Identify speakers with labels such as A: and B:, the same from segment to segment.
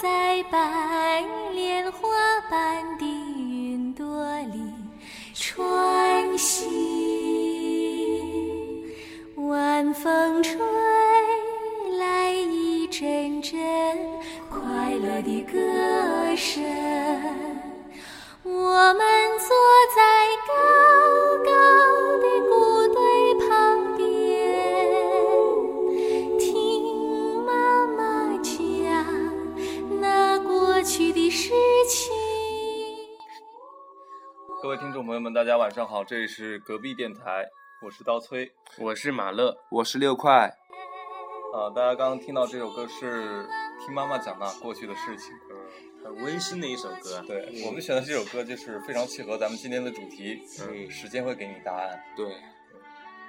A: 在白莲花般的云朵里穿行，晚风吹来一阵阵快乐的歌声，我们坐在高高的谷堆旁边，听妈妈讲那过去的事情。
B: 各位听众朋友们，大家晚上好，这里是隔壁电台，我是刀崔。
C: 我是马乐，
D: 我是六块，
B: 啊、大家刚刚听到这首歌是听妈妈讲那过去的事情。
C: 很温馨的一首歌。啊
B: 对我们选的这首歌就是非常契合咱们今天的主题，呃
C: 嗯
B: 时间会给你答案。
D: 对，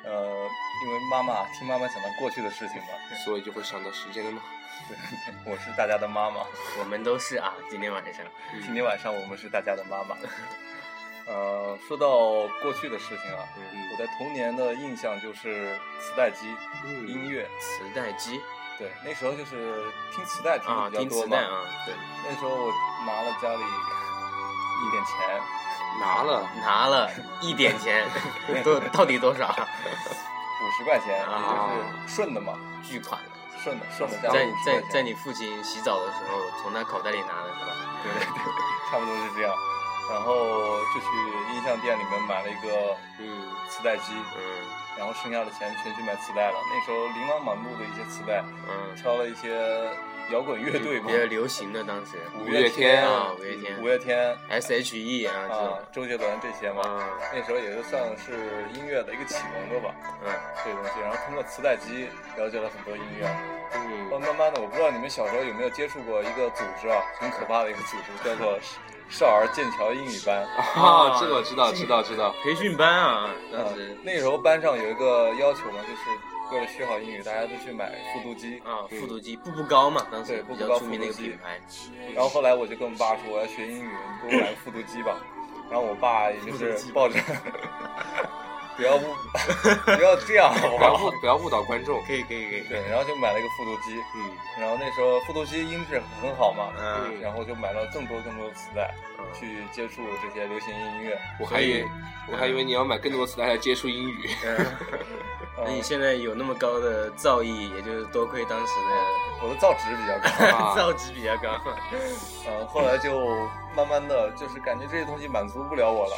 B: 呃，因为妈妈听妈妈讲那过去的事情嘛，
D: 所以就会想到时间的嘛。
C: 嗯
B: 我是大家的妈妈。
C: 我们都是啊，今天晚上，
D: 嗯
B: 今天晚上我们是大家的妈妈。 呃，说到过去的事情啊，
C: 嗯，
B: 我在童年的印象就是磁带机、音乐，
C: 磁带机
B: 对，那时候就是听磁带听
C: 啊，
B: 的比较
C: 听
B: 多
C: 磁
B: 嘛。
C: 带啊，对，
B: 那时候我拿了家里一点钱，
D: 拿了，
C: 拿了一点 钱，多到底多少？
B: 五十块钱，
C: 啊
B: 也就是顺的嘛，
C: 巨款。
B: 顺的顺的加
C: 在
B: 50
C: 在
B: 块钱
C: 在你父亲洗澡的时候，从他口袋里拿的是吧？
B: 对 对对，差不多是这样。然后就去音像店里面买了一个
C: 嗯
B: 磁带机，
C: 嗯
B: 然后剩下的钱全去买磁带了。那时候琳琅满目的一些磁带，
C: 嗯，
B: 挑了一些摇滚乐队嘛
C: 比，较流行的当时
B: 五
D: 五月天
C: 啊，五月天，
B: 五月天
C: ，S.H.E 啊，
B: 啊，
C: 是
B: 周杰伦这些嘛。
C: 啊，
B: 那时候也就算是音乐的一个启蒙了吧，
C: 嗯
B: 这个东西。然后通过磁带机了解了很多音乐。慢
C: 嗯，
B: 慢慢的，我不知道你们小时候有没有接触过一个组织啊，很可怕的一个组织，叫做少儿剑桥英语班。
C: 啊
D: 啊，这个我知道，知道，知道。
C: 培训班啊，当时
B: 嗯，那时候班上有一个要求嘛，就是为了学好英语，大家都去买复读机。
C: 啊，复读机步步高嘛，当时
B: 对
C: 比
B: 步步高
C: 较著名的一个
B: 复读机
C: 品牌，
B: 然后后来我就跟我爸说，我要学英语，你给我买个复读机吧。然后我爸也就是抱着，不要误， 不要这样好不
D: 不要
B: 好
D: 误？，不要误导观众。
C: 可以可以可以，
B: 对，然后就买了一个复读机。
D: 嗯，
B: 然后那时候复读机音质很好嘛，
C: 嗯
B: 然后就买了更多更多的磁带，
C: 嗯
B: 去接触这些流行音乐。
D: 我还以为我还以为你要买更多磁带来接触英语。
C: 那你
B: 嗯，
C: 现在有那么高的造诣，也就是多亏当时的
B: 我的造纸比较高。
D: 啊
C: 造诣比较高。
B: 嗯，后来就慢慢的就是感觉这些东西满足不了我了，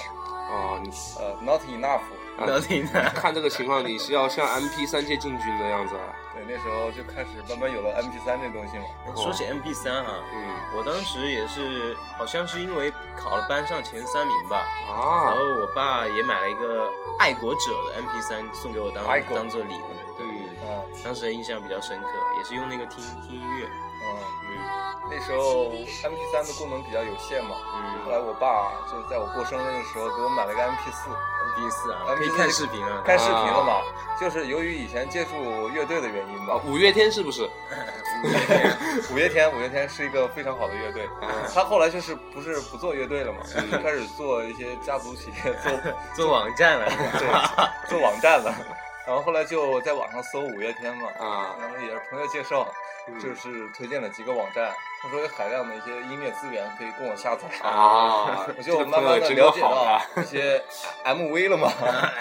D: 哦，你
B: 呃，not enough。
D: 啊
C: 能听的，
D: 看这个情况，你是要向 MP 三界进军的样子啊。
B: 对，那时候就开始慢慢有了 MP 3这东西嘛。
C: 说起 MP 三哈，
D: 嗯，
C: 我当时也是，好像是因为考了班上前三名吧，然后，
D: 啊
C: 我爸也买了一个爱国者的 MP 三送给我当
B: 爱国
C: 当做礼物，对，
D: 嗯，
B: 嗯
C: 当时的印象比较深刻，也是用那个听听音乐，
B: 嗯，
C: 嗯
B: 那时候 MP 3的功能比较有限嘛。后
C: 嗯
B: 来我爸就在我过生日的时候给我买了个 MP 4
C: ，MP 四啊，
B: MP4
C: 可以看视频啊，
B: 看视频了嘛。就是由于以前接触乐队的原因
D: 啊
B: 吧，，
D: 五月天是不是？
B: 五月天，五月天是一个非常好的乐队。他后来就是不是不做乐队了嘛，就
D: 嗯
B: 开始做一些家族企业， 做
C: 做网站了，
B: 对，做网站了。然后后来就在网上搜五月天嘛，
D: 啊，
B: 然后也是朋友介绍，
D: 嗯
B: 就是推荐了几个网站，他说有海量的一些音乐资源可以供我下载。
D: 啊，
B: 我
D: 这
B: 就
D: 个
B: 慢
D: 朋
B: 慢
D: 友
B: 的
D: 真
B: 了解
D: 好
B: 到
D: 啊。
B: 一些 MV 了嘛，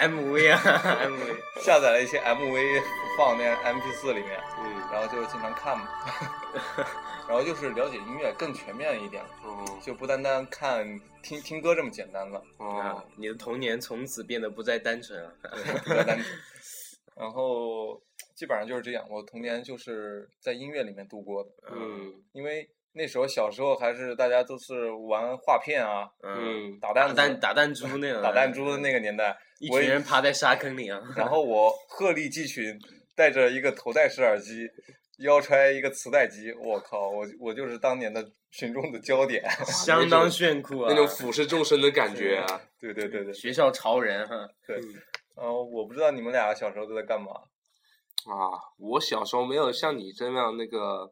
C: MV 啊，MV，
B: 下载了一些 MV 放那 MP4 里面，
D: 嗯，
B: 然后就经常 看嘛，然后就是了解音乐更全面一点，
D: 哦
B: 就不单单看听听歌这么简单了。
C: 啊
D: 哦，，
C: 你的童年从此变得不再单纯啊了。
B: 比较单纯。然后基本上就是这样，我童年就是在音乐里面度过的，
D: 嗯
B: 因为那时候小时候还是大家都是玩画片啊、
C: 嗯，
D: 嗯，
B: 打
C: 打
B: 弹
C: 弹
B: 珠、
C: 打弹珠那种，
B: 打弹珠的那个年代，
C: 一
B: 我
C: 群
B: 也
C: 人趴在沙坑里 啊，
B: 然后我鹤立鸡群，戴着一个头戴式耳机。腰揣一个磁带机，我靠，我我就是当年的群众的焦点。
C: 相当炫酷啊，
D: 那种俯视众生的感觉啊。
B: 对对对对，
C: 学校潮人哈，
B: 然后我不知道你们俩小时候都在干嘛。
D: 啊，我小时候没有像你这样那个，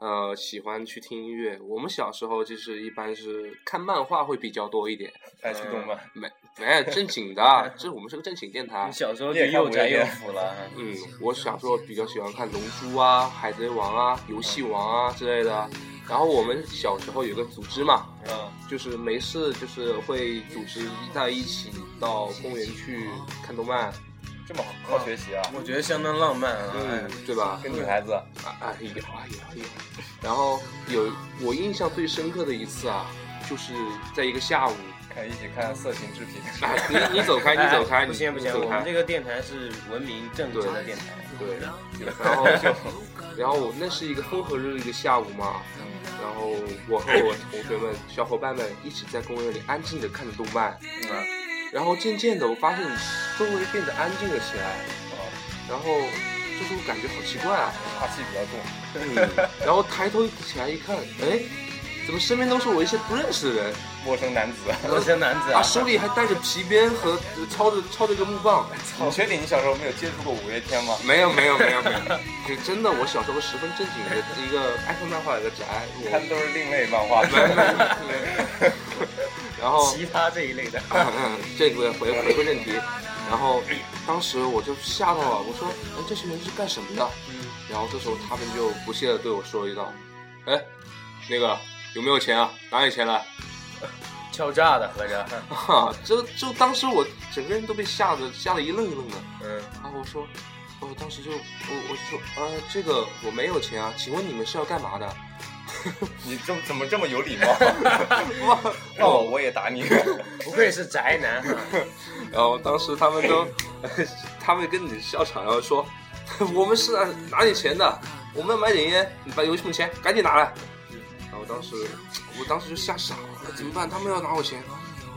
D: 呃，喜欢去听音乐。我们小时候就是一般是看漫画会比较多一点，
B: 爱情动漫，
D: 没没有正经的，啊这我们是个正经电台
C: 你。小时候
B: 你
C: 就
B: 也看
C: 又
B: 五
C: 宅
B: 月
C: 又
B: 天
C: 腐了哈，
D: 嗯，我小时候比较喜欢看《龙珠》啊、《海贼王》啊、《游戏王》啊之类的，然后我们小时候有个组织嘛，
B: 嗯，
D: 就是没事就是会组织在一起到公园去看动漫，
C: 嗯
B: 这么好学习啊，
C: 我觉得相当浪漫啊。
D: 嗯，对吧？
B: 跟女孩子，
D: 啊啊有啊有有。然后有我印象最深刻的一次啊，就是在一个下午，
B: 看一起看色情制品，
D: 啊，你你走开，你走开，
C: 哎
D: 你
C: 不行不行，
D: 你走
C: 我们
D: 开
C: 这。个电台是文明正直的电台。
D: 对，然后就，然后我那是一个风和日丽的下午嘛，然后我和我同学们、小伙伴们一起在公园里安静的看着动漫，
B: 嗯，
D: 然后渐渐的我发现周围变得安静了起来，
B: 哦
D: 然后这时候感觉好奇 怪啊，
B: 煞气比较重，
D: 嗯，然后抬头起来一看，哎，怎么身边都是我一些不认识的人
B: 陌生男子。
C: 陌生男子
D: 啊，
C: 啊，
D: 手里还带着皮鞭和操着操着一个木棒，
B: 你确定你小时候没有接触过五月天吗？
D: 没有没有没有没 有，就真的我小时候十分正经的一 个爱看漫画的宅，
B: 他们
D: 我
B: 都是另类漫画。
D: 然后
C: 奇葩这一类的。
D: 嗯这个回回归正题，然后当时我就吓到了，我说，哎，这些人是干什么的？然后这时候他们就不屑的对我说一道，哎，那个有没有钱啊？哪里钱来？
C: 敲诈的合着。
D: 哈、这就当时我整个人都被吓得吓得一愣一愣的。
C: 嗯，
D: 然后我说，我当时就我我就说，呃，这个我没有钱啊，请问你们是要干嘛的？
B: 你这怎么这么有礼貌？
D: 哇
B: 让我我也打你。
C: 不愧是宅男啊。
D: 然后当时他们都， 他们跟你笑场，然后说， 我们是来拿点钱的，我们要买点烟，你把有什么钱赶紧拿来。然后当时，我当时就吓傻了，怎么办？他们要拿我钱，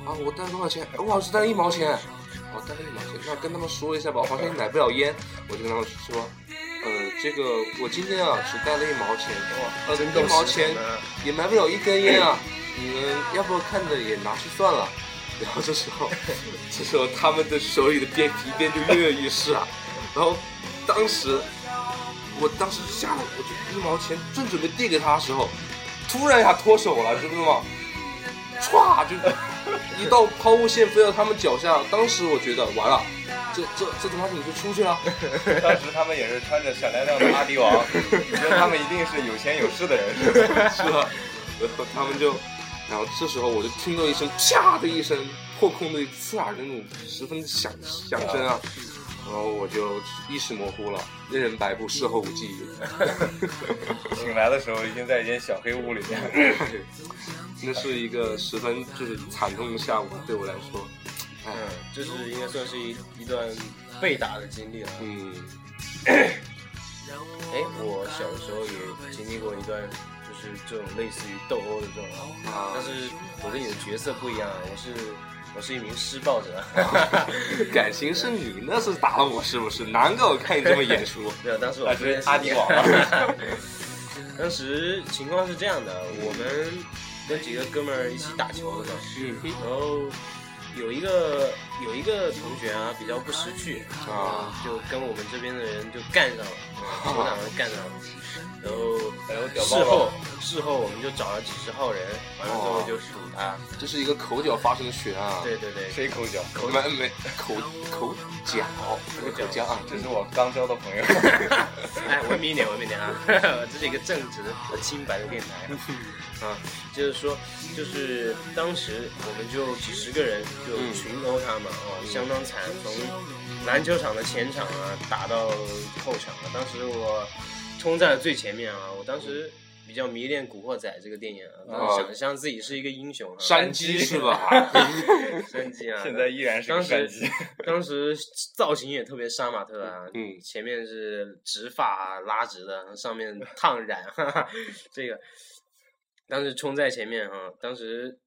D: 啊，我带了多少钱？我好像带了一毛钱，我带了一毛钱，那跟他们说一下吧，我好像也买不了烟，我就跟他们说，呃，这个我今天啊只带了一毛钱，呃，一毛钱也买不了一根烟啊！你们要不要看着也拿去算了？ 然后这时候，这时候他们的手里的鞭皮鞭就跃跃欲试啊！然后当时，我当时吓得我就一毛钱正准备递给他的时候，突然一下脱手了，知不知道吗？歘，就一道抛物线飞到他们脚下。当时我觉得完了，这这这他妈你就出去了。
B: 当时他们也是穿着闪亮亮的阿迪王，你觉得他们一定是有钱有势的人是吧？
D: 是吧？然后他们就，然后这时候我就听到一声啪的一声破空的刺耳的那种十分响响声啊，然后我就意识模糊了，任人摆布，事后无记忆。
B: 醒来的时候已经在一间小黑屋里面。
D: 那是一个十分就是惨痛的下午，对我来说，哎，
C: 嗯，这是应该算是一一段被打的经历了。
D: 嗯，
C: 哎，我小的时候也经历过一段，就是这种类似于斗殴的这种，
D: 啊
C: 但是我跟你的角色不一样，啊我是我是一名施暴者。
D: 感情是你那是打了我是不是？难怪我看你这么眼熟。
C: 没有，当时我
B: 那
C: 不认
B: 是
C: 识
B: 阿
C: 你
B: 迪啊王。
C: 当时情况是这样的，我们跟几个哥们儿一起打球的，
D: 嗯哼
C: 然后有一个有一个同学啊比较不识趣，
D: 啊，
C: 就跟我们这边的人就干上了，球场上干上了，然后。
B: 哎呦，屌
C: 事
B: 爆
C: 后
B: 了！，
C: 事后我们就找了几十号人，完了之后就堵他。
D: 这是一个口角发生的血案啊。
C: 对对对，
B: 谁口角？
D: 口没没口口角，口
C: 角
D: 角啊，
B: 这是我刚交的朋友。
C: 哎，文明一点，文明一点啊！ 这是一个正直和清白的电台啊。就是说，就是当时我们就几十个人就群殴他嘛，哦，相当惨，从篮球场的前场啊打到后场啊。当时我冲在了最前面啊，我当时。比较迷恋《古惑仔》这个电影啊，当时想象自己是一个英雄啊，
D: 山鸡是吧？
C: 山鸡 啊，
B: 现在依然是个
C: 当
B: 山
C: 时
B: 鸡。
C: 当时造型也特别杀马特啊，
D: 嗯
C: 前面是直发啊拉直的，上面烫染，哈哈，这个当时冲在前面啊，当时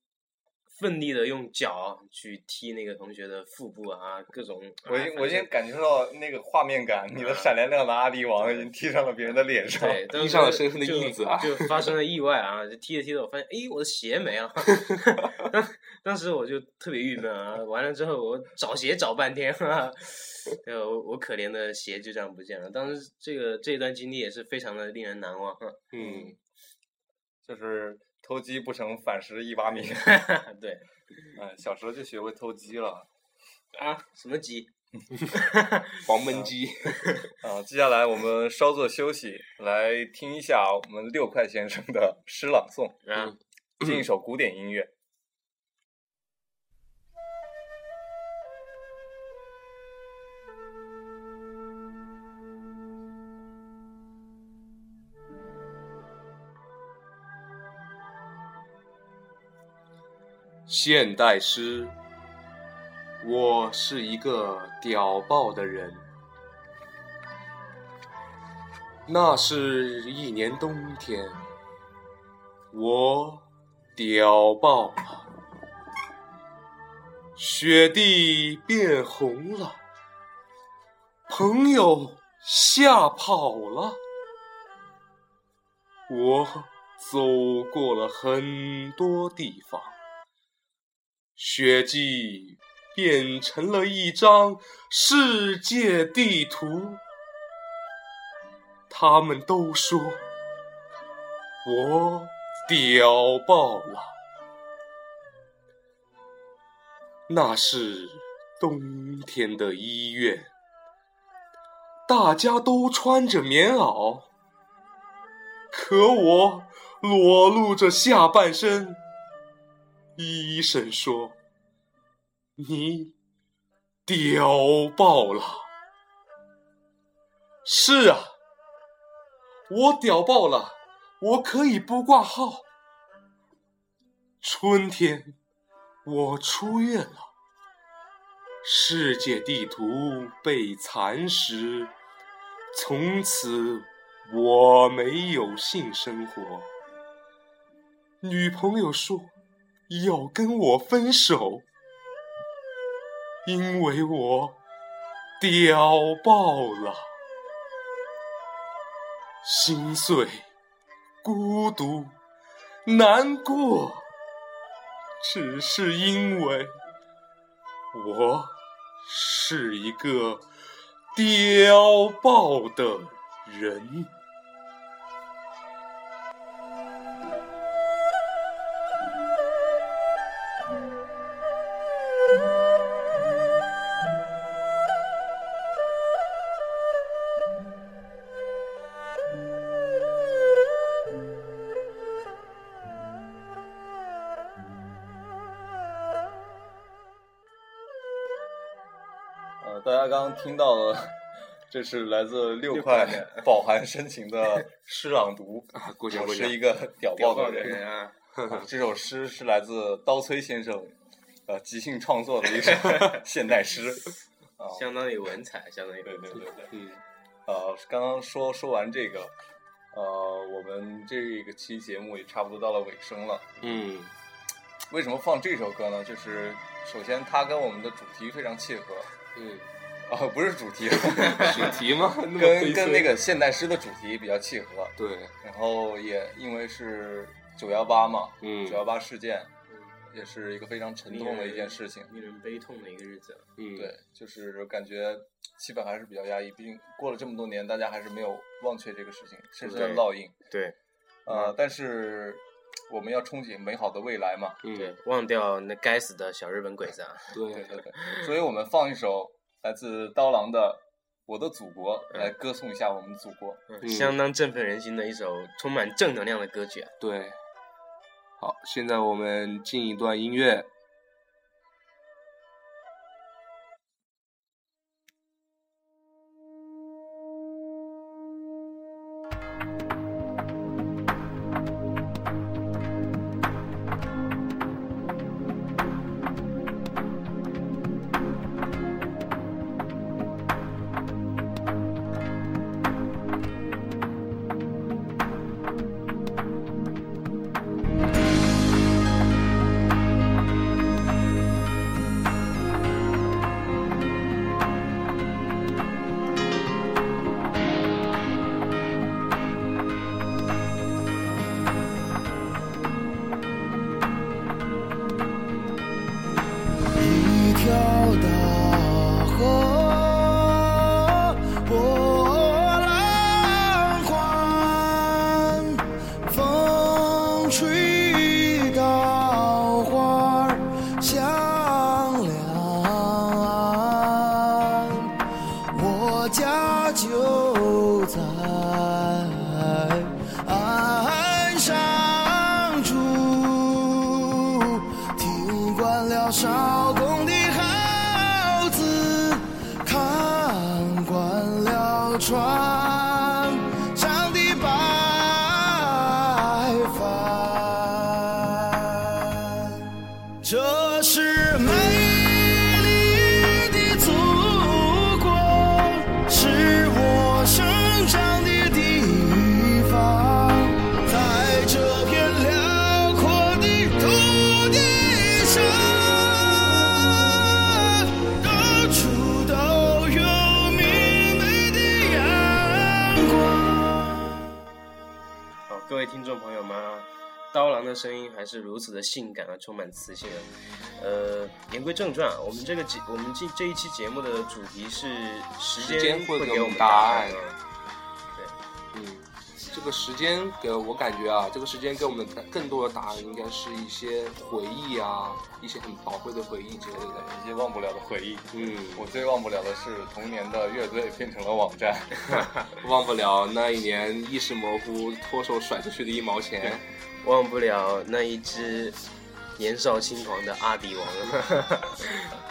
C: 奋力的用脚去踢那个同学的腹部啊，各种，
B: 我已
C: 啊
B: 经我已经
C: 反
B: 感觉到那个画面感，你的闪亮亮的阿迪王已经踢上了别人的脸上
C: 正。对，当
D: 印
C: 时
D: 上了深深的印子啊
C: 就就发生了意外啊！就踢着踢着，我发现，哎，我的鞋没了。 当当时我就特别郁闷啊！完了之后，我找鞋找半天啊， 对，我我可怜的鞋就这样不见了。当时这个这一段经历也是非常的令人难忘。
D: 嗯，
B: 就是偷鸡不成反蚀一把 米。
C: 啊
B: 哎
C: 对
B: 嗯，小时候就学会偷鸡了。
C: 啊，什么鸡？
D: 黄焖鸡，
B: 啊，接下来我们稍作休息，来听一下我们六块先生的诗朗诵，
C: 啊，
B: 进一首古典音乐。
D: 现代诗。我是一个屌爆的人，那是一年冬天，我屌爆了，雪地变红了，朋友吓跑了，我走过了很多地方，雪迹变成了一张世界地图。他们都说我屌爆了。那是冬天的医院，大家都穿着棉袄，可我裸露着下半身。医生说。你屌爆了！是啊，我屌爆了，我可以不挂号。春天，我出院了。世界地图被蚕食，从此我没有性生活。女朋友说要跟我分手。因为我屌爆了，心碎、孤独、难过，只是因为我是一个屌爆的人。
B: 呃，大家刚刚听到了，这是来自六块饱含深情的诗朗读。
D: 啊，过
B: 我是一个屌爆的人。
C: 人啊，
B: 啊这首诗是来自刀崔先生，呃，即兴创作的一首 现代诗。啊，
C: 相当于文采，相当于
B: 对对对对。
D: 嗯，
B: 呃，刚刚说说完这个，呃，我们这个期节目也差不多到了尾声了。
D: 嗯，
B: 为什么放这首歌呢？就是首先它跟我们的主题非常契合，
D: 嗯，
B: 啊、不是主 题，
D: 选题吗？那么
B: 跟
D: 悲催
B: 跟那个现代诗的主题比较契合。
D: 对，
B: 然后也因为是九幺八嘛，
D: 嗯
B: 九幺八事件也是一个非常沉痛的一件事情。
C: 令人悲痛的一个日子。啊
D: 嗯，
B: 对，就是感觉气氛还是比较压抑，毕竟过了这么多年，大家还是没有忘却这个事情，甚至在
C: 对嗯
B: 烙印。
C: 对
B: 呃，但是我们要憧憬美好的未来嘛，
D: 嗯
C: 对，忘掉那该死的小日本鬼子啊！
B: 对
D: 对，
B: 对对，所以我们放一首来自刀郎的《我的祖国》
C: 嗯
B: 来歌颂一下我们祖国。
D: 嗯
C: 相当振奋人心的一首充满正能量的歌曲啊！
D: 对，好，现在我们进一段音乐。
E: 我
C: 啊郎的声音还是如此的性感啊，充满磁性啊。呃，言归正传啊，我们这个节，我们这这一期节目的主题是时
D: 时间
C: 会
D: 会
C: 给我
D: 给我
C: 们
D: 们
C: 答
D: 答
C: 案
D: 案
C: 啊。
D: 嗯，这个时间给我感觉啊，这个时间给我们的更多的答案应该是一些回忆啊，一些很宝贵的回忆之类的。
B: 一些忘不了的回忆。
D: 嗯，
B: 我最忘不了的是童年的乐队变成了网站，
D: 忘不了那一年意识模糊脱手甩出去的一毛钱。
C: 忘不了那一只年少轻狂的阿迪王啊。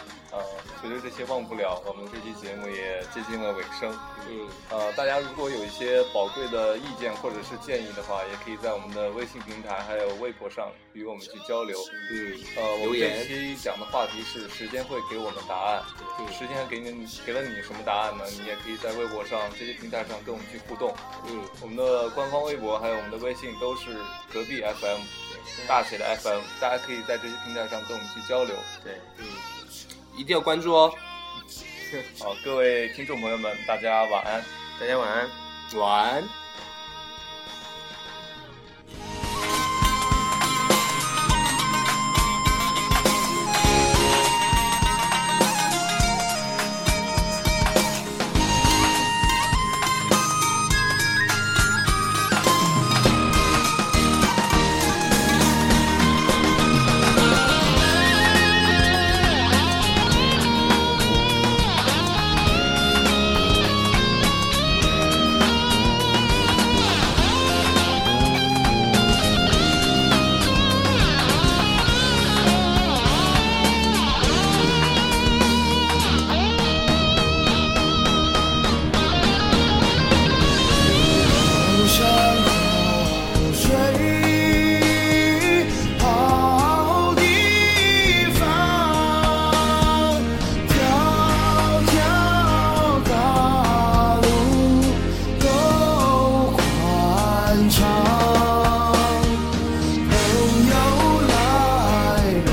B: 呃，随着这些忘不了，我们这期节目也接近了尾声。
D: 嗯，
B: 呃，大家如果有一些宝贵的意见或者是建议的话，也可以在我们的微信平台还有微博上与我们去交流。
D: 嗯，
B: 呃，我
D: 留
B: 们
D: 言
B: 这期讲的话题是时间会给我们答案，
D: 嗯
B: 时间给你给了你什么答案呢？你也可以在微博上这些平台上跟我们去互动。
D: 嗯，
B: 我们的官方微博还有我们的微信都是隔壁 FM，大写的 FM，大家可以在这些平台上跟我们去交流。
C: 对，
D: 一定要关注哦。
B: 好，各位听众朋友们，大家晚安。
C: 大家晚安。
D: 晚安。
E: 不想口水好地方，条条大路都宽敞。朋友来了，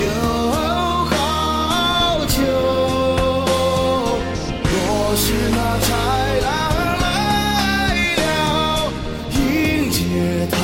E: 有好酒。我是那豺狼来了，迎接他。Oh，